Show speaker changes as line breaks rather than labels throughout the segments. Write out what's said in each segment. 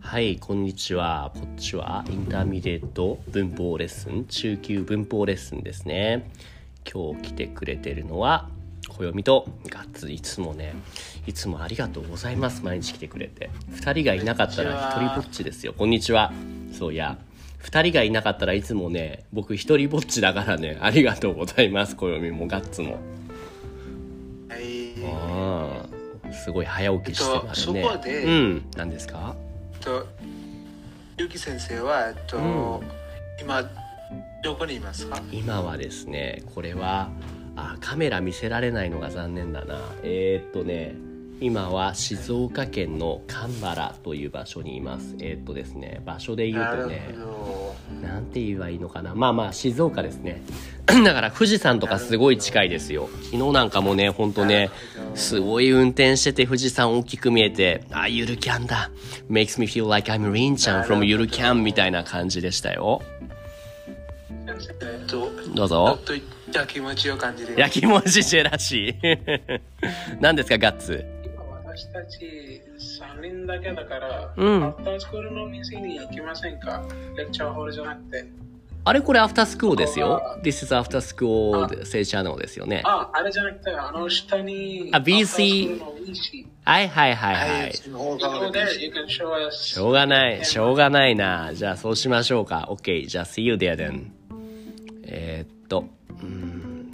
はいこんにちはこっちはインターミディエット文法レッスン中級文法レッスンですね今日来てくれてるのは暦とガッツいつもねいつもありがとうございます毎日来てくれて2人がいなかったら一
こんにちは
人ぼっちですよこんにちはそういや2人がいなかったらいつもね僕一人ぼっちだからねありがとうございます暦もガッツも
はい、
うんすごい早起きしてますね
えっとそこで
うん何ですか
えっと、ゆき先生は、えっと、
うん
今、どこにいますか
今はですねこれはあカメラ見せられないのが残念だなえーっとね今は静岡県の神原という場所にいますえーっとですね場所で言
な
うと
る
ね
ほ
なんて言えばいいのかなまあまあ静岡ですね だから富士山とかすごい近いですよ昨日なんかもねほんと
ど。
ね
なるほど
すごい運転してて富士山大きく見えて、あ、ゆるキャンだ。makes me feel like I'm Rin ちゃん from ゆるキャンみたいな感じでしたよ。
えっと、
どう
ちょ
ぞ
っ。といった気持ちを感じる。
焼きもちジェラシー。 何ですか、ガッツ。
今私たち3人だけだから、
うん
アフタースクールの店に行きませんかレクチャーホールじゃなくて。
あれこれアフタースクールですよ。This is after school 聖チャンネルですよね。
あ、あれじゃなくて、あの下に。
あ VC
アフタースクールの VC
はいはいはい
は、
はいい。
その方
そこ
が
で、you can show us。
しょうがない、しょうがないな。じゃあそうしましょうか。OK、じゃあ see you there then. えーっと、うーん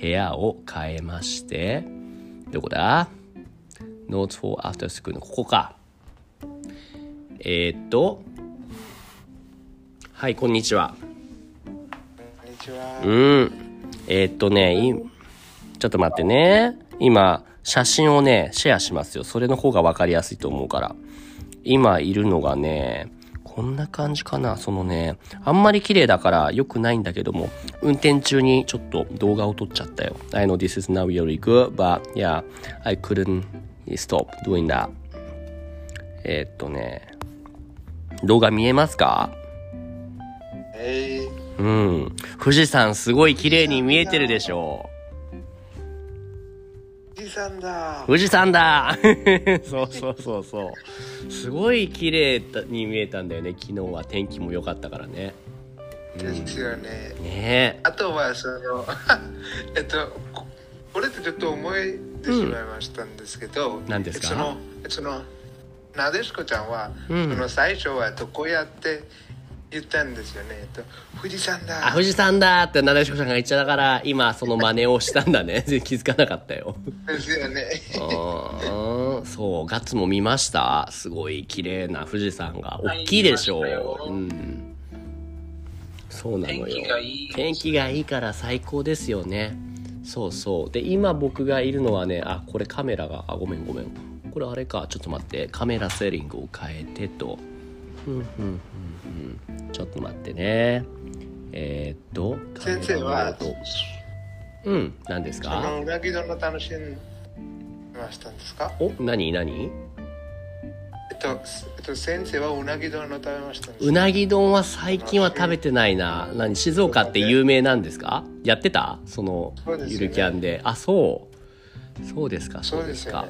部屋を変えまして、どこだ ?Notes for After School のここか。えーっと、はい、こんにちは。
こんにちは。
うん。えーっとね、いちょっと待ってね。今、写真をね、シェアしますよ。それの方が分かりやすいと思うから。今いるのがね、こんな感じかな。そのね、あんまり綺麗だから良くないんだけども、運転中にちょっと動画を撮っちゃったよ。I know this is now really good, but yeah, I couldn't stop doing that. えーっとね、動画見えますか
えー、
うん。富士山すごい綺麗に見えてるでしょ
じいさんだ。
富士山だ そうそうそうそう。すごい綺麗に見えたんだよね。昨日は天気も良かったからね。
ですよね。
ねえ。
あとは、その、 えっと、ここれってちょっと思い出しまいましたんですけど、
何ですか
その、その、なでしこちゃんは、
うん
その最初は、えっと、こうやって言ったんですよね。えっと、富士山だ。
あ、富士山だってなでしこさんが言っちゃったから、今その真似をしたんだね。 全然気づかなかったよ。
ですよね。
うん。そう、ガッツも見ました。すごい綺麗な富士山が。大きいでしょう。うん。そうなのよ。
天気がいい
天気がいいから最高ですよね。そうそう。で、今僕がいるのはね、あ、これカメラが、あ、ごめんごめん。これあれか、ちょっと待って。カメラセリングを変えてと。うんうんうんうん。ちょっと待ってね。えー、っと、カメラ
先生は、
モードうん、何です
あ
か
の裏切りの楽しんでましたんですか
お、何何
えっと、すえっと、先生はうなぎ丼の食べましたんです
うなぎ丼は最近は食べてないな。何静岡って有名なんですかやってたその
そうですよね
ゆるキャンで。あ、そう。そうですか、そ
そうう
で
ですす
か。
よ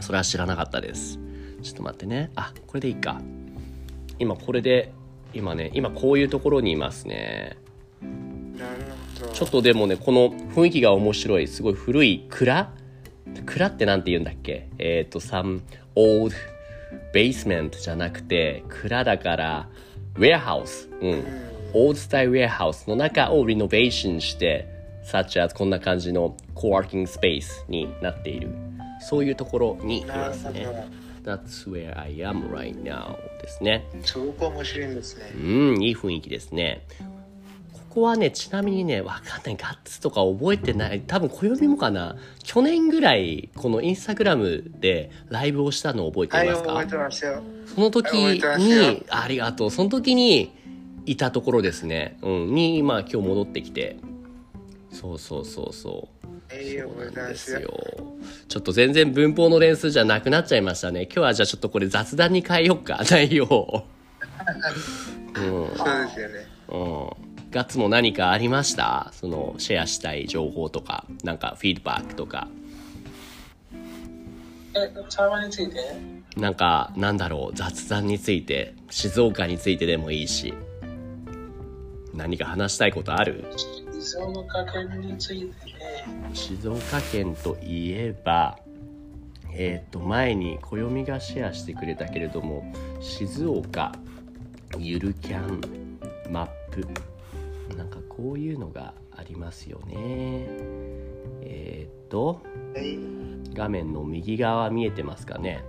そ
ね
れは知らなかったです。ちょっと待ってね。あ、これでいいか。今これで、今ね、今こういうところにいますね。
なるほど
ちょっとでもね、この雰囲気が面白い、すごい古い蔵蔵ってなんて言うんだっけえっ、ー、と、some old basement じゃなくて、蔵だから、warehouse。うん。old style warehouse の中をリノベーションして、such as こんな感じの co-working space になっている。そういうところにい
な
ま
る
す
ほ
ね。
ど
That's where I am right now ですね。
すごく面白いんですね
うん、いい雰囲気ですね。ここはね、ちなみにね、わかんない。ガッツとか覚えてない。多分、暦もかな。去年ぐらい、このインスタグラムでライブをしたのを覚えて
はいい
ますか、
覚えてますよ
その時
はい覚えてます
に、ありがとう。その時に、いたところですね。うん。に、今、今日戻ってきて。そうそうそうそう。
はい覚えてま
ですす
よ
よ。ちょっと全然文法の連数じゃなくなっちゃいましたね。今日はじゃあちょっとこれ雑談に変えよっか、内容を。うん。
そうですよね
うん、ガッツも何かありましたそのシェアしたい情報とかなんかフィードバックとか
ええ、サーバーについて
なんか、なんだろう、雑談について、静岡についてでもいいし。何か話したいことある
静岡県についてね。
静岡県といえば、えっ、と、前に暦がシェアしてくれたけれども、静岡、ゆるキャン、マップ、なんかこういうのがありますよね。えっ、と、
はい。
画面の右側見えてますかね。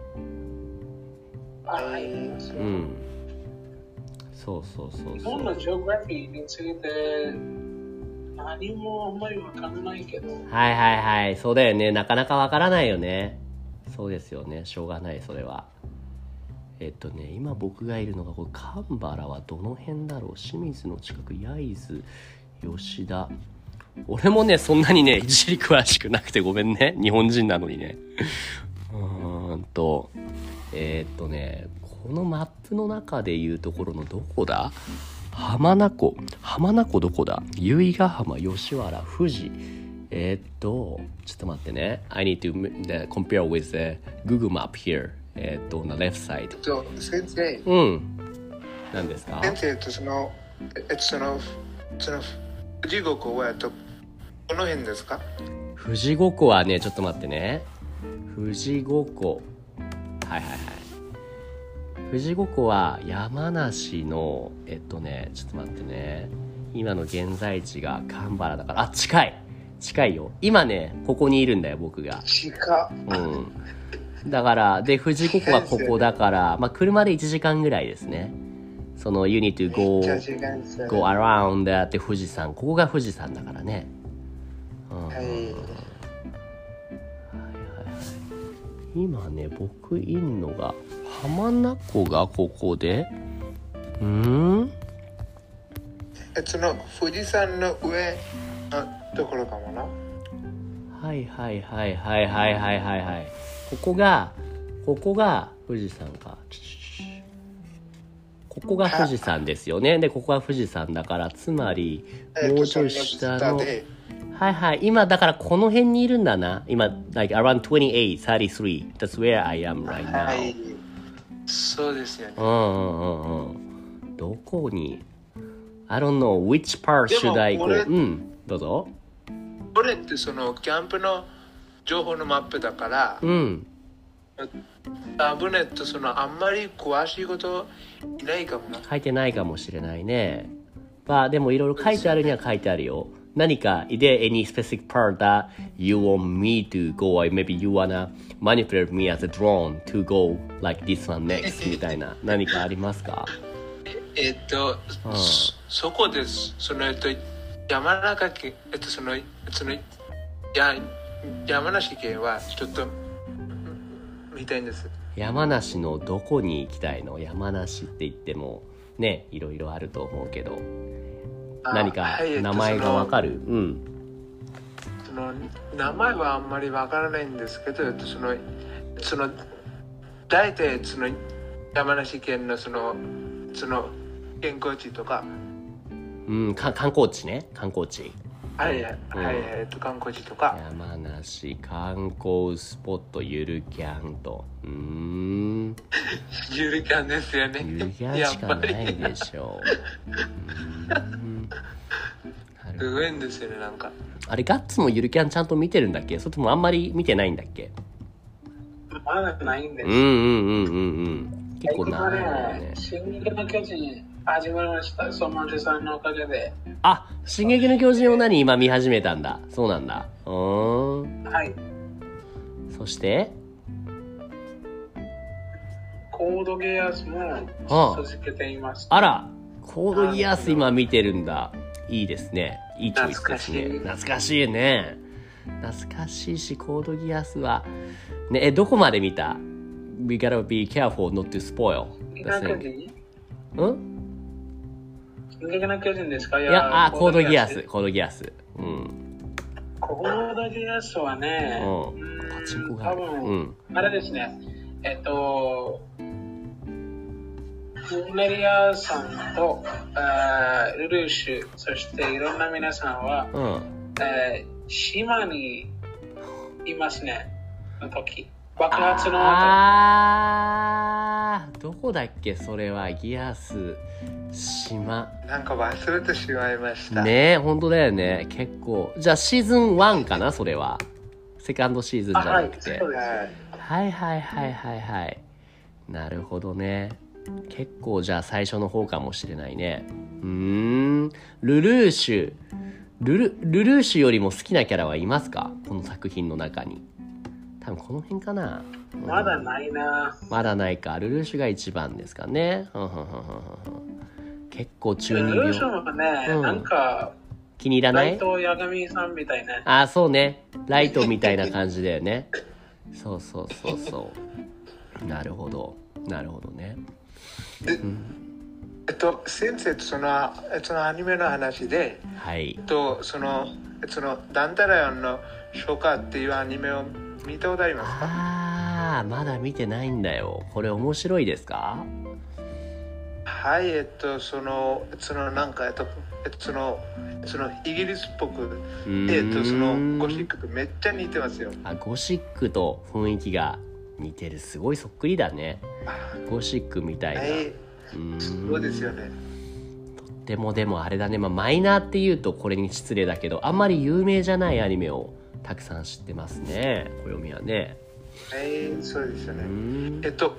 はい。
うん。そうそうそう
日
そ
本の
う。
ジオグラフィーについて、何もあんまりわかんないけど、
はいはいはい。そうだよね。なかなかわからないよね。そうですよね。しょうがない、それは。えっとね、今僕がいるのが、これ、神原はどの辺だろう清水の近く、焼津、吉田。俺もね、そんなにね、いじり詳しくなくてごめんね。日本人なのにね。うーんと、えっとね、このマップの中でいうところのどこだ浜名湖浜名湖どこだ由比ヶ浜吉原富士えーっとちょっと待ってね I need to m- the- compare with the Google map here えーっと on the left side
と先生、
うん何ですか
先生とその、ええその、その、富士五湖はえっと、この辺ですか
富士五湖はねちょっと待ってね富士五湖はいはいはい富士五湖は山梨のえっとねちょっと待ってね今の現在地が神原だからあ近い近いよ今ねここにいるんだよ僕が
近っ。
うんだからで富士五湖はここだからまあ車で1時間ぐらいですねその You need to
め
go
っちゃ時間ですよね
go around だって富士山ここが富士山だからねうん
はい。
今ね僕いんのが浜名湖がここでうん
えその、富士山の上のところかもな。
はいはいはいはいはいはいはいはいここがここが富士山かここが富士山ですよねでここが富士山だからつまり
えっ
も
と
うちょい下の
で、
はいはい今だからこの辺にいるんだな今 like around 28 33 that's where I am right now、
はい。そうですよね。
うんうんうんうんどこに I don't know which part
でも
should I go
俺
うんどうぞ
これってその、キャンプの情報のマップだから、
うん
ラブネットその、あんまり詳しいこといないかもな。
書いてないかもしれないねまあでもいろいろ書いてあるには書いてあるよ何か is there any specific part that you want me to go or maybe you wanna manipulate me as a drone to go like this one next みたいな何かありますか
えっと、
うん
そそこです。そのえっと山中県えっとそのそのや山梨県はちょっとうん見たいんです。
山梨のどこに行きたいの山梨って言ってもねいろいろあると思うけど
あ
何か
はいえっと
名前がわかる、うん
そのその名前はあんまりわからないんですけど、えっとそのその大体その山梨県のそのその健康地とか
うん、か観光地ね観光地
はいはいはいえっと観光地とか
山梨観光スポットゆるキャンとうーん
ゆるキャンですよね。
ゆるキャンしかないでしょううんなるほ
す
ど
ごいんですよねなんか。
あれガッツもゆるキャンちゃんと見てるんだっけそれともあんまり見てないんだっけ
まだないんで
うん
す。
うんうんうんうん結構長いんだよね
ね、進撃の巨人始まりました。ソマジさんのおかげで。
あ進撃の巨人を何今見始めたんだそうなんだうーん
はい。
そして
コードゲアス
あ
も続けています。
あら、コードギアス今見てるんだ。いいですね。いいチョイスですね。懐
懐
かしいね。懐かしいし、コードギアスは。ね、え、どこまで見た ?We gotta be careful not to spoil the
進撃の巨
thing.
人
うん
進撃の巨人ですかい
い
や
や、あ、コードギアス、。コードギアス。うん。
コードギアスはね、
うん
ーん
パチンコがある。
多分
うん。
あれですね、えっと、ルメリアさんと、えールルーシュ、そしていろんな皆さんは、
うん。
えー島にいますね、の時。爆発の後
あーどこだっけそれはギアス島
なんか忘れてしまいました、
ねえ本当だよね結構じゃあシーズン1かなそれはセカンドシーズンじ
あ
ゃ
は
ないく
そう
て
です、
はい
はいはいはいはいはいなるほどね結構じゃあ最初の方かもしれないねうーんルルーシュルルルルーシュよりも好きなキャラはいますかこの作品の中に多分この辺かなうん
まだないな
まだないかルルーシュが一番ですかねふんふんふんふんふん結構中
ル
二
ーショ
病
ンはね、
うん
なんか
気に入らな
内
い
藤八神さんみたいね
ああそうねライトみたいな感じだよねそうそうそうそうなるほどなるほどね
えっと先生そのそのアニメの話で
はい
えっとそのそのダンタラヨンの初夏っていうアニメを見たことありますか
ああまだ見てないんだよこれ面白いですか
はいえっとそのそのなんかえっとえっとそのそのイギリスっぽく
う
でえっとそ
ー
の
ん
ゴシックとめっちゃ似てますよ
あゴシックと雰囲気が似てるすごいそっくりだねゴシックみたいな、
は
う
い
ーん
そうですよね
でもでもあれだね、まあ、マイナーっていうとこれに失礼だけどあんまり有名じゃないアニメをたくさん知ってますね暦はね
はいそうですよ
うー
ね
ん
えっと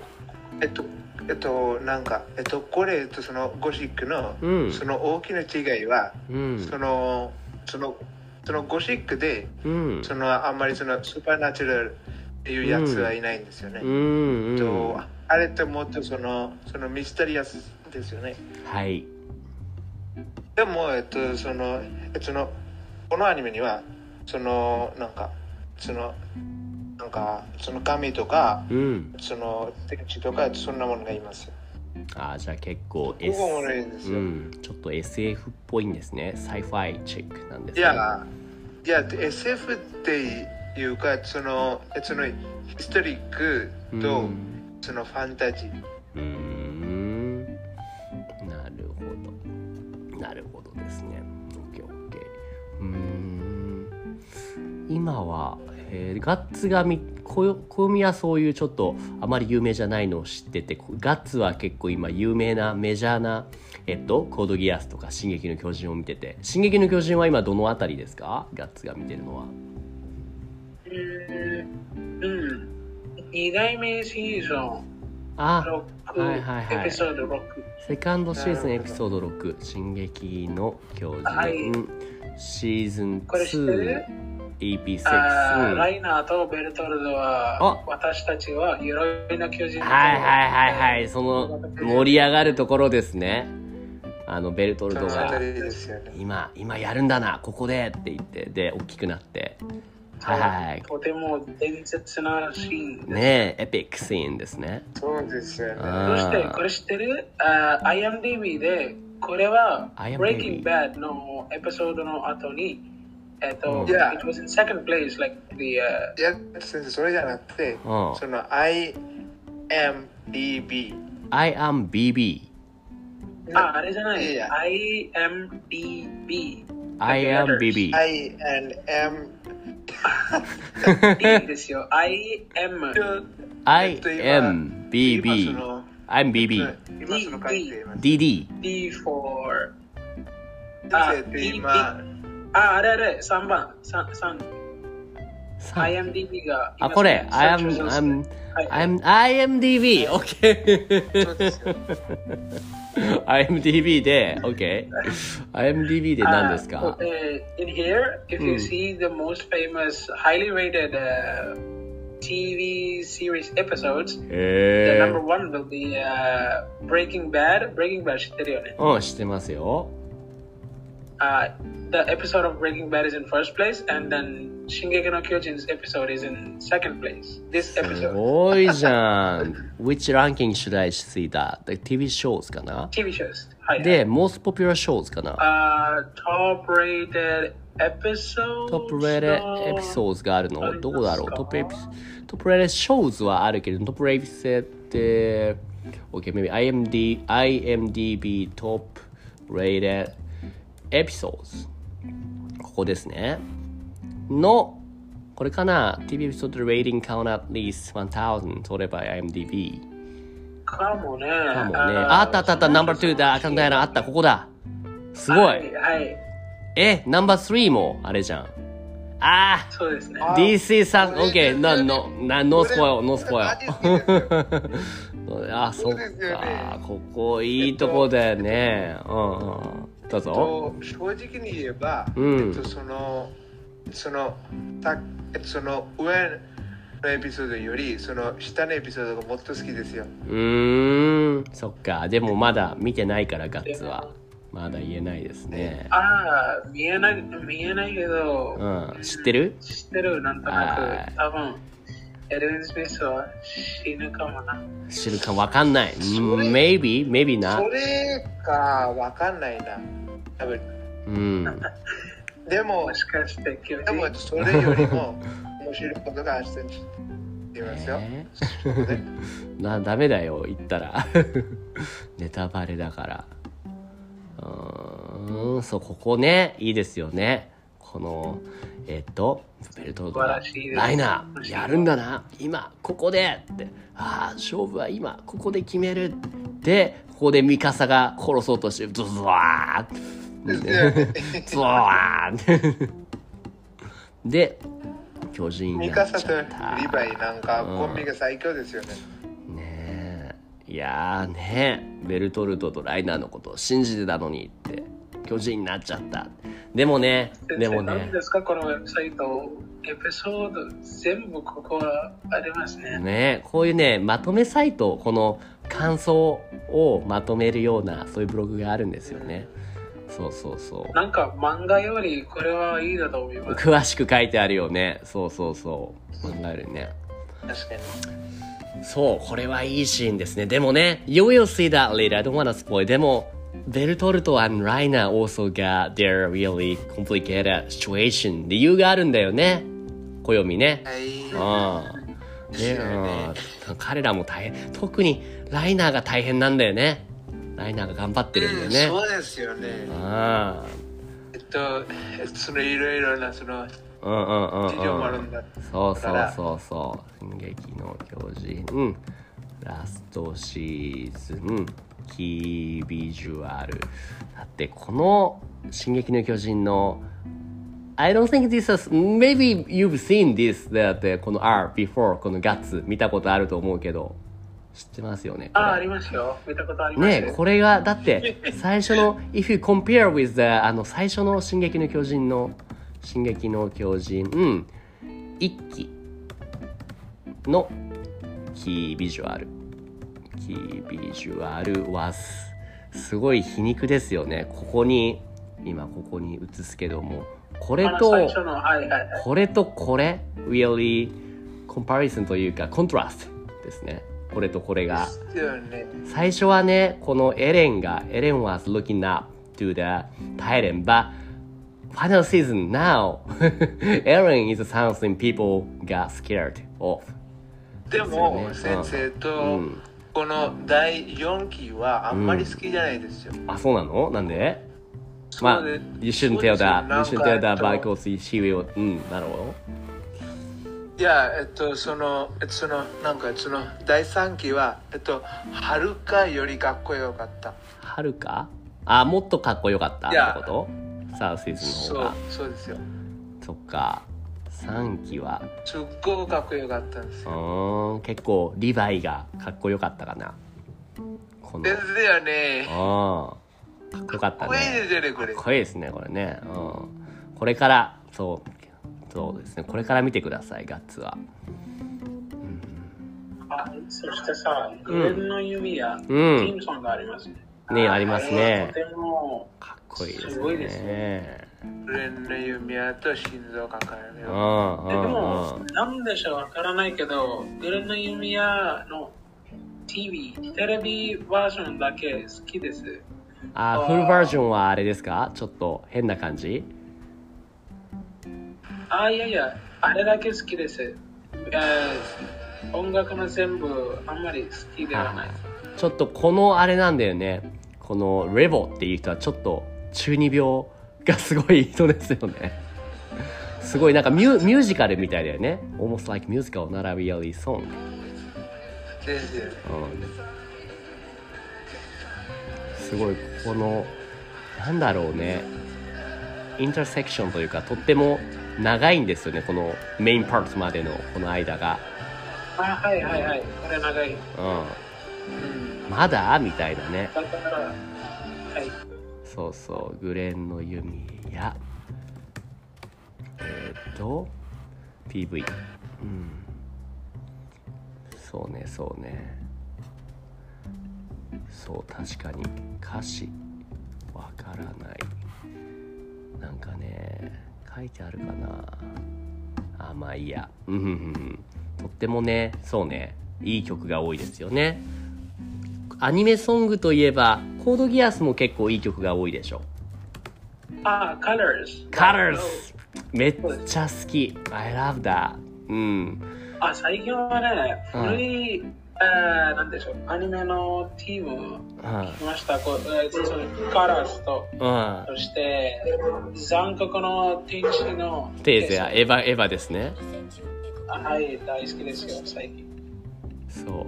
えっとえっとなんかえっとこれえっとそのゴシックの
うん
その大きな違いは
うん
そのそのそのゴシックで
うん
そのあんまりそのスーパーナチュラルっていうやつはいないんですよね。
うんう
と
ん
あれってもっとそのそのミステリアスですよね。
はい
でもえっとそのえっとそのこのアニメにはそのなんかそのなんかその神とか
うん
その天地とかそんなものがいます。
あーじゃあ結構
僕
S
もおもろいんです
う
よ。
ん、ちょっと SF っぽいんですねサイファイチェックなんです
い
ね
や、いや、SF っていうか、その、その、ヒストリック
うん
と、
う
そのファンタジー。
ーんなるほどなるほどですね OKOK うーん今は、えーガッツがみこよ暦はそういうちょっとあまり有名じゃないのを知っててこガッツは結構今有名なメジャーなえっとコードギアスとか「進撃の巨人」を見てて「進撃の巨人」は今どのあたりですかガッツが見てるのは
うーんうん2代目シーズン
あ
6、
はいはいはい
エピソード6
セカンドシーズン
な
エ
るほど
ピソード6「進撃の巨人」
はい
シーズン
これ知ってる
2EP6
あー
うん
ライナーとベルトルドは
あ
私たちは鎧の巨人の
はいはいはいはいその盛り上がるところですねあのベルトル
そ
ド
のあた
が
りですよね。
今今やるんだなここでって言ってで大きくなってはいはいはい
とても伝説なシーンです
ねえエピックシーンですね
そうですよね。
あ
そしてこれ知ってるあー ?IMDB でこれは
IMDb
Breaking Bad のエピソードの後にえっと、
いや
it was in second place like the、uh,
いや、先生、それじゃなくて、
あ
その、I. M. D. B.。
「I am BB」
あ、あれじゃない
いや
IMDB
「I am BB」
I. N. M.
B ですよ IMDB
「I am
今
BB
そ」の
I'm
う
BB
ん今その書いています。
DD
for あ
先生って今、
あ、あれあれ3番三三
さ
IMDB が
あ、これ、I am, I'm, I'm, IMDB, OK。
そうですよ。
IMDB で、OK。IMDB で何ですか
Uh, uh, in here, if you
Hmm.
see the most famous, highly rated uh, TV series episodes, the
え
number one will be uh, Breaking Bad. Breaking Bad, 知ってるよね。
ー、うん、知ってますよ。
Uh, the episode of Breaking Bad is in first place, and then Shingeki no Kyojin's episode is in second place. This
す
episode,
ごいじゃん。Which ranking should I see that? The TV shows かな
TV shows. はい
で、most popular shows かな
Uh, top rated episodes.
トップレレエピソードがある
あります
の
か
どこだろうトップエピトップレレショーズはあるけど、トップレエピソードって、OK、maybe IMD IMDB トップレレエピソード。ここですね。の、これかな ?TV エピソード rating count at least 1000 sorted by IMDb。
かもね。
か
か
もね。あったあったあった、ナンバー2だ。あ考えな、あった、ここだ。すご。
はいはい。
え、ナンバー3も、あれじゃん。あ
そうですね。
あ
あ
!DC さん、
これ
OK、な、の、な、ノースポイル、ノースポイ
これこれマ
ル。あ、そっ
そうですよ
か
ね。
ここ、いいとこだよね。うんうん。どうぞ。
と正直に言えば、
うん
えっと、そのそのたえっとその上のエピソードよりその下のエピソードがもっと好きですよ。
うーん、そっか。でもまだ見てないから、ガッツは。まだ言えないですね。
ああ、見えない、見えないけど、
うん。知ってる
知ってる、なんと
は
ないく。多分、エルヴィン・スミスは死ぬかもな。
知るかわかんない。
それ
maybe, maybe な
そ。れかわかんないな。多分
うん。
でも
もしかして、キム
でもそれよりも面白いことが明日に言いますよ。
え
そこで
ーな、ダメだよ、言ったら。 ネタバレだから。うーん、そう、ここね、いいですよね。この、えっと、ベルトルトが
素晴らしいです
ライナー、やるんだな、今、ここでって、ああ、勝負は今、ここで決める。で、ここでミカサが殺そうとして、ズズワーって。ズワーって。 で、巨人に
ミ
な
カ
っちゃ
サ
っ
と
た。
リヴァイなんかコンビが最強ですよね。
ねえいやーねえベルトルトとライナーのことを信じてたのにって巨人になっちゃったでもねでもね
何ですか、このウェブサイト、エピソード、全部ここはありますね。
ねえこういうねまとめサイトこの感想をまとめるようなそういうブログがあるんですよねそうそうそう
なんか漫画よりこれはいいだと思 います。
詳しく書いてあるよねそうそうそう考えるね
確かに。
そう、これはいいシーンですね。でもね、You will see that later. I don't wanna spoil. でも、ベルトルト and Rainer also got their really complicated situation. 理由があるんだよね。暦ね。
は
うん。
い。です
で、
よね
うん彼らも大変。特にライナーが大変なんだよね。ライナーが頑張ってるんだよね。
そうですよね。
あ
えっと、そのいろいろなその
あ、うんうんうん、うん。
事情もあるんだ。
そうそ
だか
う
ら
そうそう「進撃の巨人」うんラストシーズンキービジュアルだってこの「進撃の巨人」の「I don't think this is maybe you've seen this」だってこの R before このガッツ見たことあると思うけど知ってますよねこ
あ
れ
あ、ありますよ。見たことありますよ。
ねえこれがだって最初の「If you compare with the あの最初の「進撃の巨人」の「進撃の巨人」うん一期のキービジュアルキービジュアルはすすごい皮肉ですよねここに今ここに映すけどもこれ
あの
と
最初の、はいはいはい。
これとこれ really comparison というかコントラストですねこれとこれが。
ですよね。
最初はねこのエレンがエレン was looking up to the Titan but final season now Eren is something people got scared of
でも、
ですよね
先生
う
と
ん
この第4期はあんまり好きじゃないですよ。
あそうなのなんでまあ
そうで
You shouldn't tell
そう
that
で
You
す
shouldn't
よ
tell
なん
that
か
but because she will うんなるほ
いや、えっと、その、えっと、その、なんか、その、第3期は、えっと、はるかよりかっこよかった。
どはるかあもっとかっこよかったっ
い
て
や
ことサウシーズンの
そ
方
う
が、
そうですよ。
そっか3期は
すっごくかっこよかったんです
う
よ。
ーん結構リヴァイがかっこよかったかなこの
ですよね。
ああ、かっこよかった
これいいで
ね。
すよね、こ
かっ
れ。
こいいですね、これね。うん。これから、そう、そうですね。これから見てください、ガッツは。
あそしてさ、グレンの弓や、テ
うん
ィームソンがありますね。
ねありますね
あれはとても、
かっこいいですね。
すごいです
ね。
ブレンの弓矢と心臓がか
うん、
よ。
う
で
ん、う
も
ん。、
なんでしょう、わからないけど、グレンの弓矢の TV、テレビバージョンだけ好きです。
あ、フルバージョンはあれですかちょっと変な感じ
あ、いやいや、あれだけ好きです。えー音楽の全部、あんまり好きではない。
ちょっとこのあれなんだよね。このレボっていう人はちょっと中二病がすごい人ですよね。すごいなんかミュミュージカルみたいだよね almost like musical not a really song
ですよね
うんすごいこのなんだろうねインターセクションというかとっても長いんですよねこのメインパートまでのこの間が、
あはいはいはいこれ長い、
う
うん
ん、まだみたいなね
だからはい
そうそうグレンの弓やえーっと PV うんそうねそうねそう確かに歌詞わからないなんかね書いてあるかなあまあいいやうんうんうんとってもねそうねいい曲が多いですよねアニメソングといえばコードギアスも結構いい曲が多いでしょ
あ Colors
Colors めっちゃ好き I love that うん
あ最近はね古い、えー、なんでしょうアニメのティーム
うん
来ましたこう、えー、そのカラーズと
うん
そして残酷の天使の
テーゼやエヴァエヴァですね
あはい大好きですよ最近
そう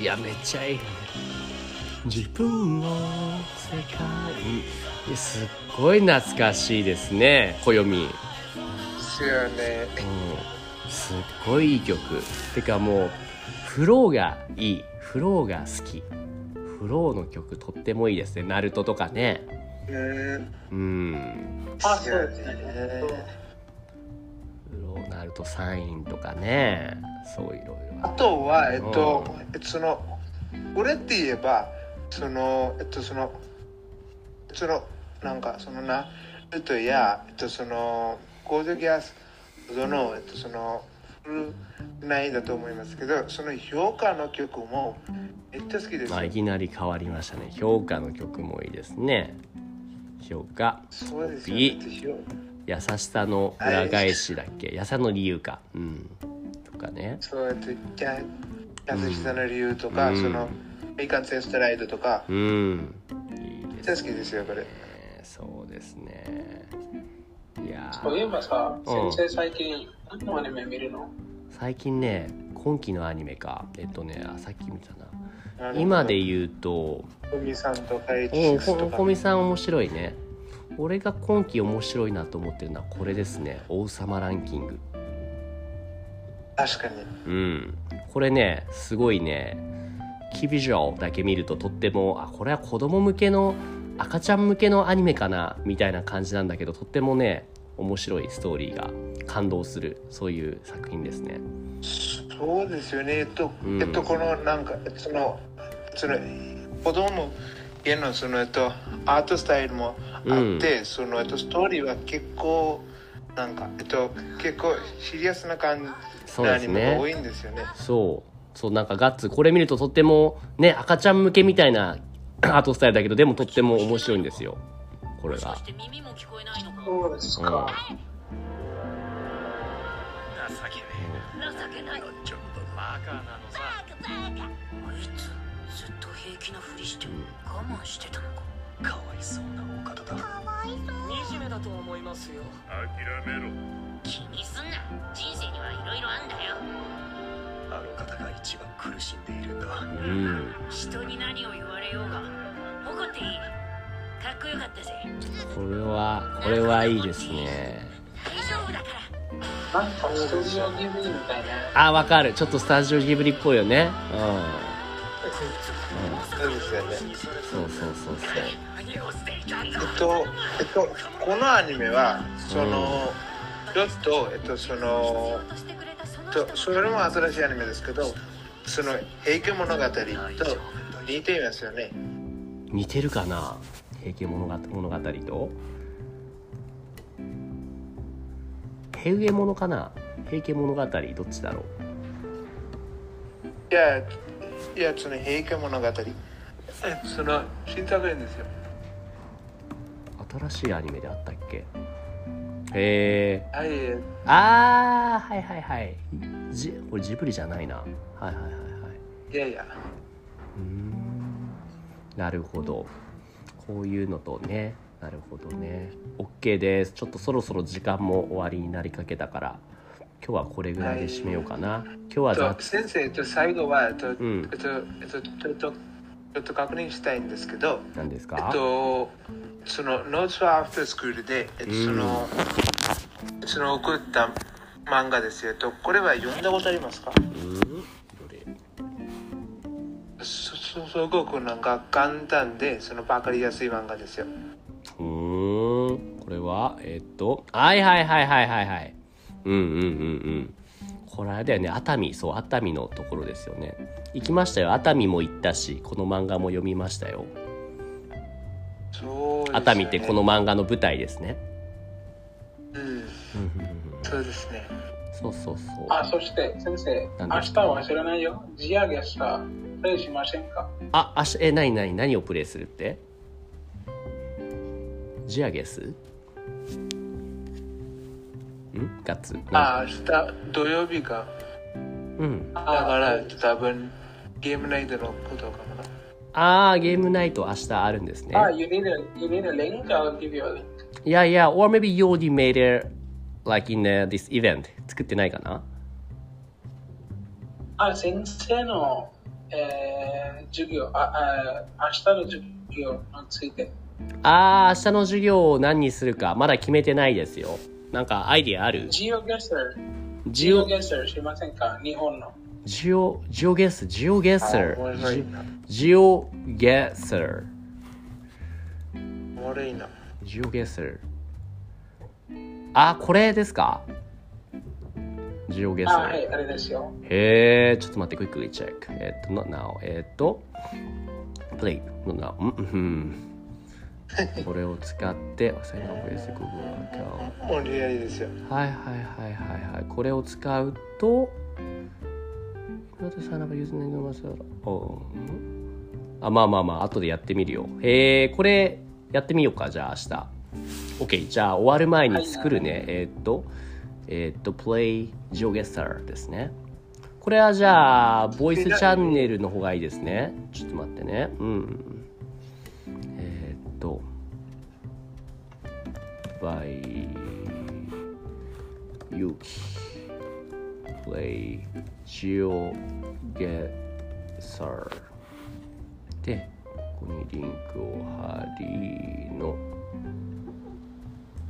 いやめっちゃいい自分の世界いやすっごい懐かしいですね暦
ですよね
うんすっごいいい曲てかもうフローがいいフローが好きフローの曲とってもいいですねナルトとかね
うん
うん
あそうですね
フローナルトサインとかねそういろいろ
あ
あ
とはえっと、えっとその俺って言えばそのえっとそのそのなんかそのなルトやえっとそのコードギアスそのえっとそのないだと思いますけどその評価の曲もめっちゃ好きですよ、
まあいきなり変わりましたね評価の曲もいいですね評価
そうですよね
優しさの裏返しだっけ優しさの理由かうんとかね
そうやってじゃ優しさの理由とか、
うん
その未完成ストライドとか
うんいい
めっ
で
ちゃ
す
好きですよこれ
ねそうですねいやー
そういえばさ
うん
先生最近何のアニメ見るの
最近ね今期のアニメかえっとねあさっき見たな
あの
今で言うと
おみさんとかエ
お
チ
お
スとか
こみさん面白いね俺が今期面白いなと思ってるのはこれですね王様ランキング
確かに
うんこれねすごいねキビジュアルだけ見るととってもあこれは子供向けの赤ちゃん向けのアニメかなみたいな感じなんだけどとってもね面白いストーリーが感動するそういう作品ですね
そうですよねえっと、
うん
えっとこのなんかそのその子供も家のそのえっとアートスタイルもあって、そのえっとストーリーは結構なんかえっと結構シリアスな感じ
そう
の
で
ア
す
ニ
ね
メが多いんですよね
そうそうなんかガッツこれ見るととってもね赤ちゃん向けみたいなアートスタイルだけどでもとっても面白いんですよこれが
そして耳も聞こえないのか情
そうです
か
けねえ情けないのちょっとバカなのさあいつずっと平気なふりして我慢してたのかかわいそうなお方だかわいそう惨めだと思いますよ
諦めろ
気にすんな人生にはいろいろあんだよ
あの方が一番苦しんでいるんだ
うん
人に何を言われようが怒っていいかっこよかったぜ
これはこれはいいですね
大丈夫だから
なんかストリオギブみたいな
あわかるちょっとスタジオギブリっぽいよね
そうですよね
うんそうそうそうそ
何をしていたん
え
だ
っと、えっと、このアニメは、その、ちょっと、えっと、その、とそれも新しいアニメですけど、その、平家物語と似ていますよね。
う似てるかな平家物語物語と平家物かな平家物語どっちだろう
いや、いや、その、平家物語。その、新作園ですよ。
新しいアニメであったっけへえ
はい、
あーはいはいはいじこれジブリじゃないなはいはいはいはい
いやいや。
うーんなるほどここういうのとねなるほどね OK ですちょっとそろそろ時間も終わりになりかけたから今日はこれぐらいで締めようかな、今日は
と
雑
先生と最後はえっと、
ん
えっとえっとちょっとちょっと確認したいんですけど、
なんです
えっ
か
とそのノーツアフタースクールで、えっと、
うん
その、その送った漫画ですよえっとこれは読んだことありますか？
うんどれ
そそすごくなんか簡単でその分かりやすい漫画ですよ。
うーんこれはえっとはいはいはいはいはいはいうんうんうんうんこれあれだよね熱海そう熱海のところですよね行きましたよ熱海も行ったしこの漫画も読みましたよ
そうですよね
熱海ってこの。漫画の舞台ですね
うん
うんうんうんうん
そうですね。
そうそうそう
あ、そして先生、
何
明
です
日
か
は知らないよ。地上げした。プレイしませんか
ああしえ何何何をプレイするってジアゲスんガッツなん
あ明日土曜日が
うん
だから多分ゲームナイトのことかな。
ああゲームナイト明日あるんですね
Ah, you need a you need a link. I'll give you a link.
Yeah, yeah. Or maybe you already made it, like in uh, this event. 作ってないかな
あ、先生の、えー、授業ああ、明日の授業について。
あー、明日の授業を何にするか、まだ決めてないですよ。なんかアイディアある
ジオゲスター、
ジ
ジオ
オ、
ゲスターしませんか日本の。
ジオ、ジオゲス、ジオゲッサ
あ面
ー。
白い
ジ
な。
ジオゲッサー。
悪いな。
ジオゲッサー。あ、これですかジオゲッ
あ、
サ
は
ー
い、。あれですよ。
へえ、ちょっと待って、クイックリチェック。えっと、not now. えっと、プレイ。not now. うんうん。これを使って、サインアップレス、Google アカ
無理やりですよ。
ウント。はいはいはいはいはい。これを使うと、これとサインアップユーズネームマスターおうんあ、まあまあまあ、後でやってみるよ。へえ、これ、やってみようか、じゃあ明日。OK、じゃあ終わる前に作るね。えっと、えっと、プレイジオゲッサーですね。これはじゃあボイスチャンネルの方がいいですねちょっと待ってねうんえーっとバイユキプレイジオゲッサーでここにリンクを貼りの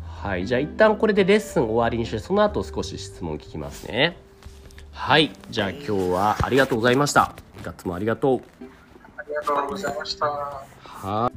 はいじゃあ一旦これでレッスン終わりにしてその後少し質問聞きますねはい。じゃあ今日はありがとうございました。ガッツもありがとう。
ありがとうございました。
は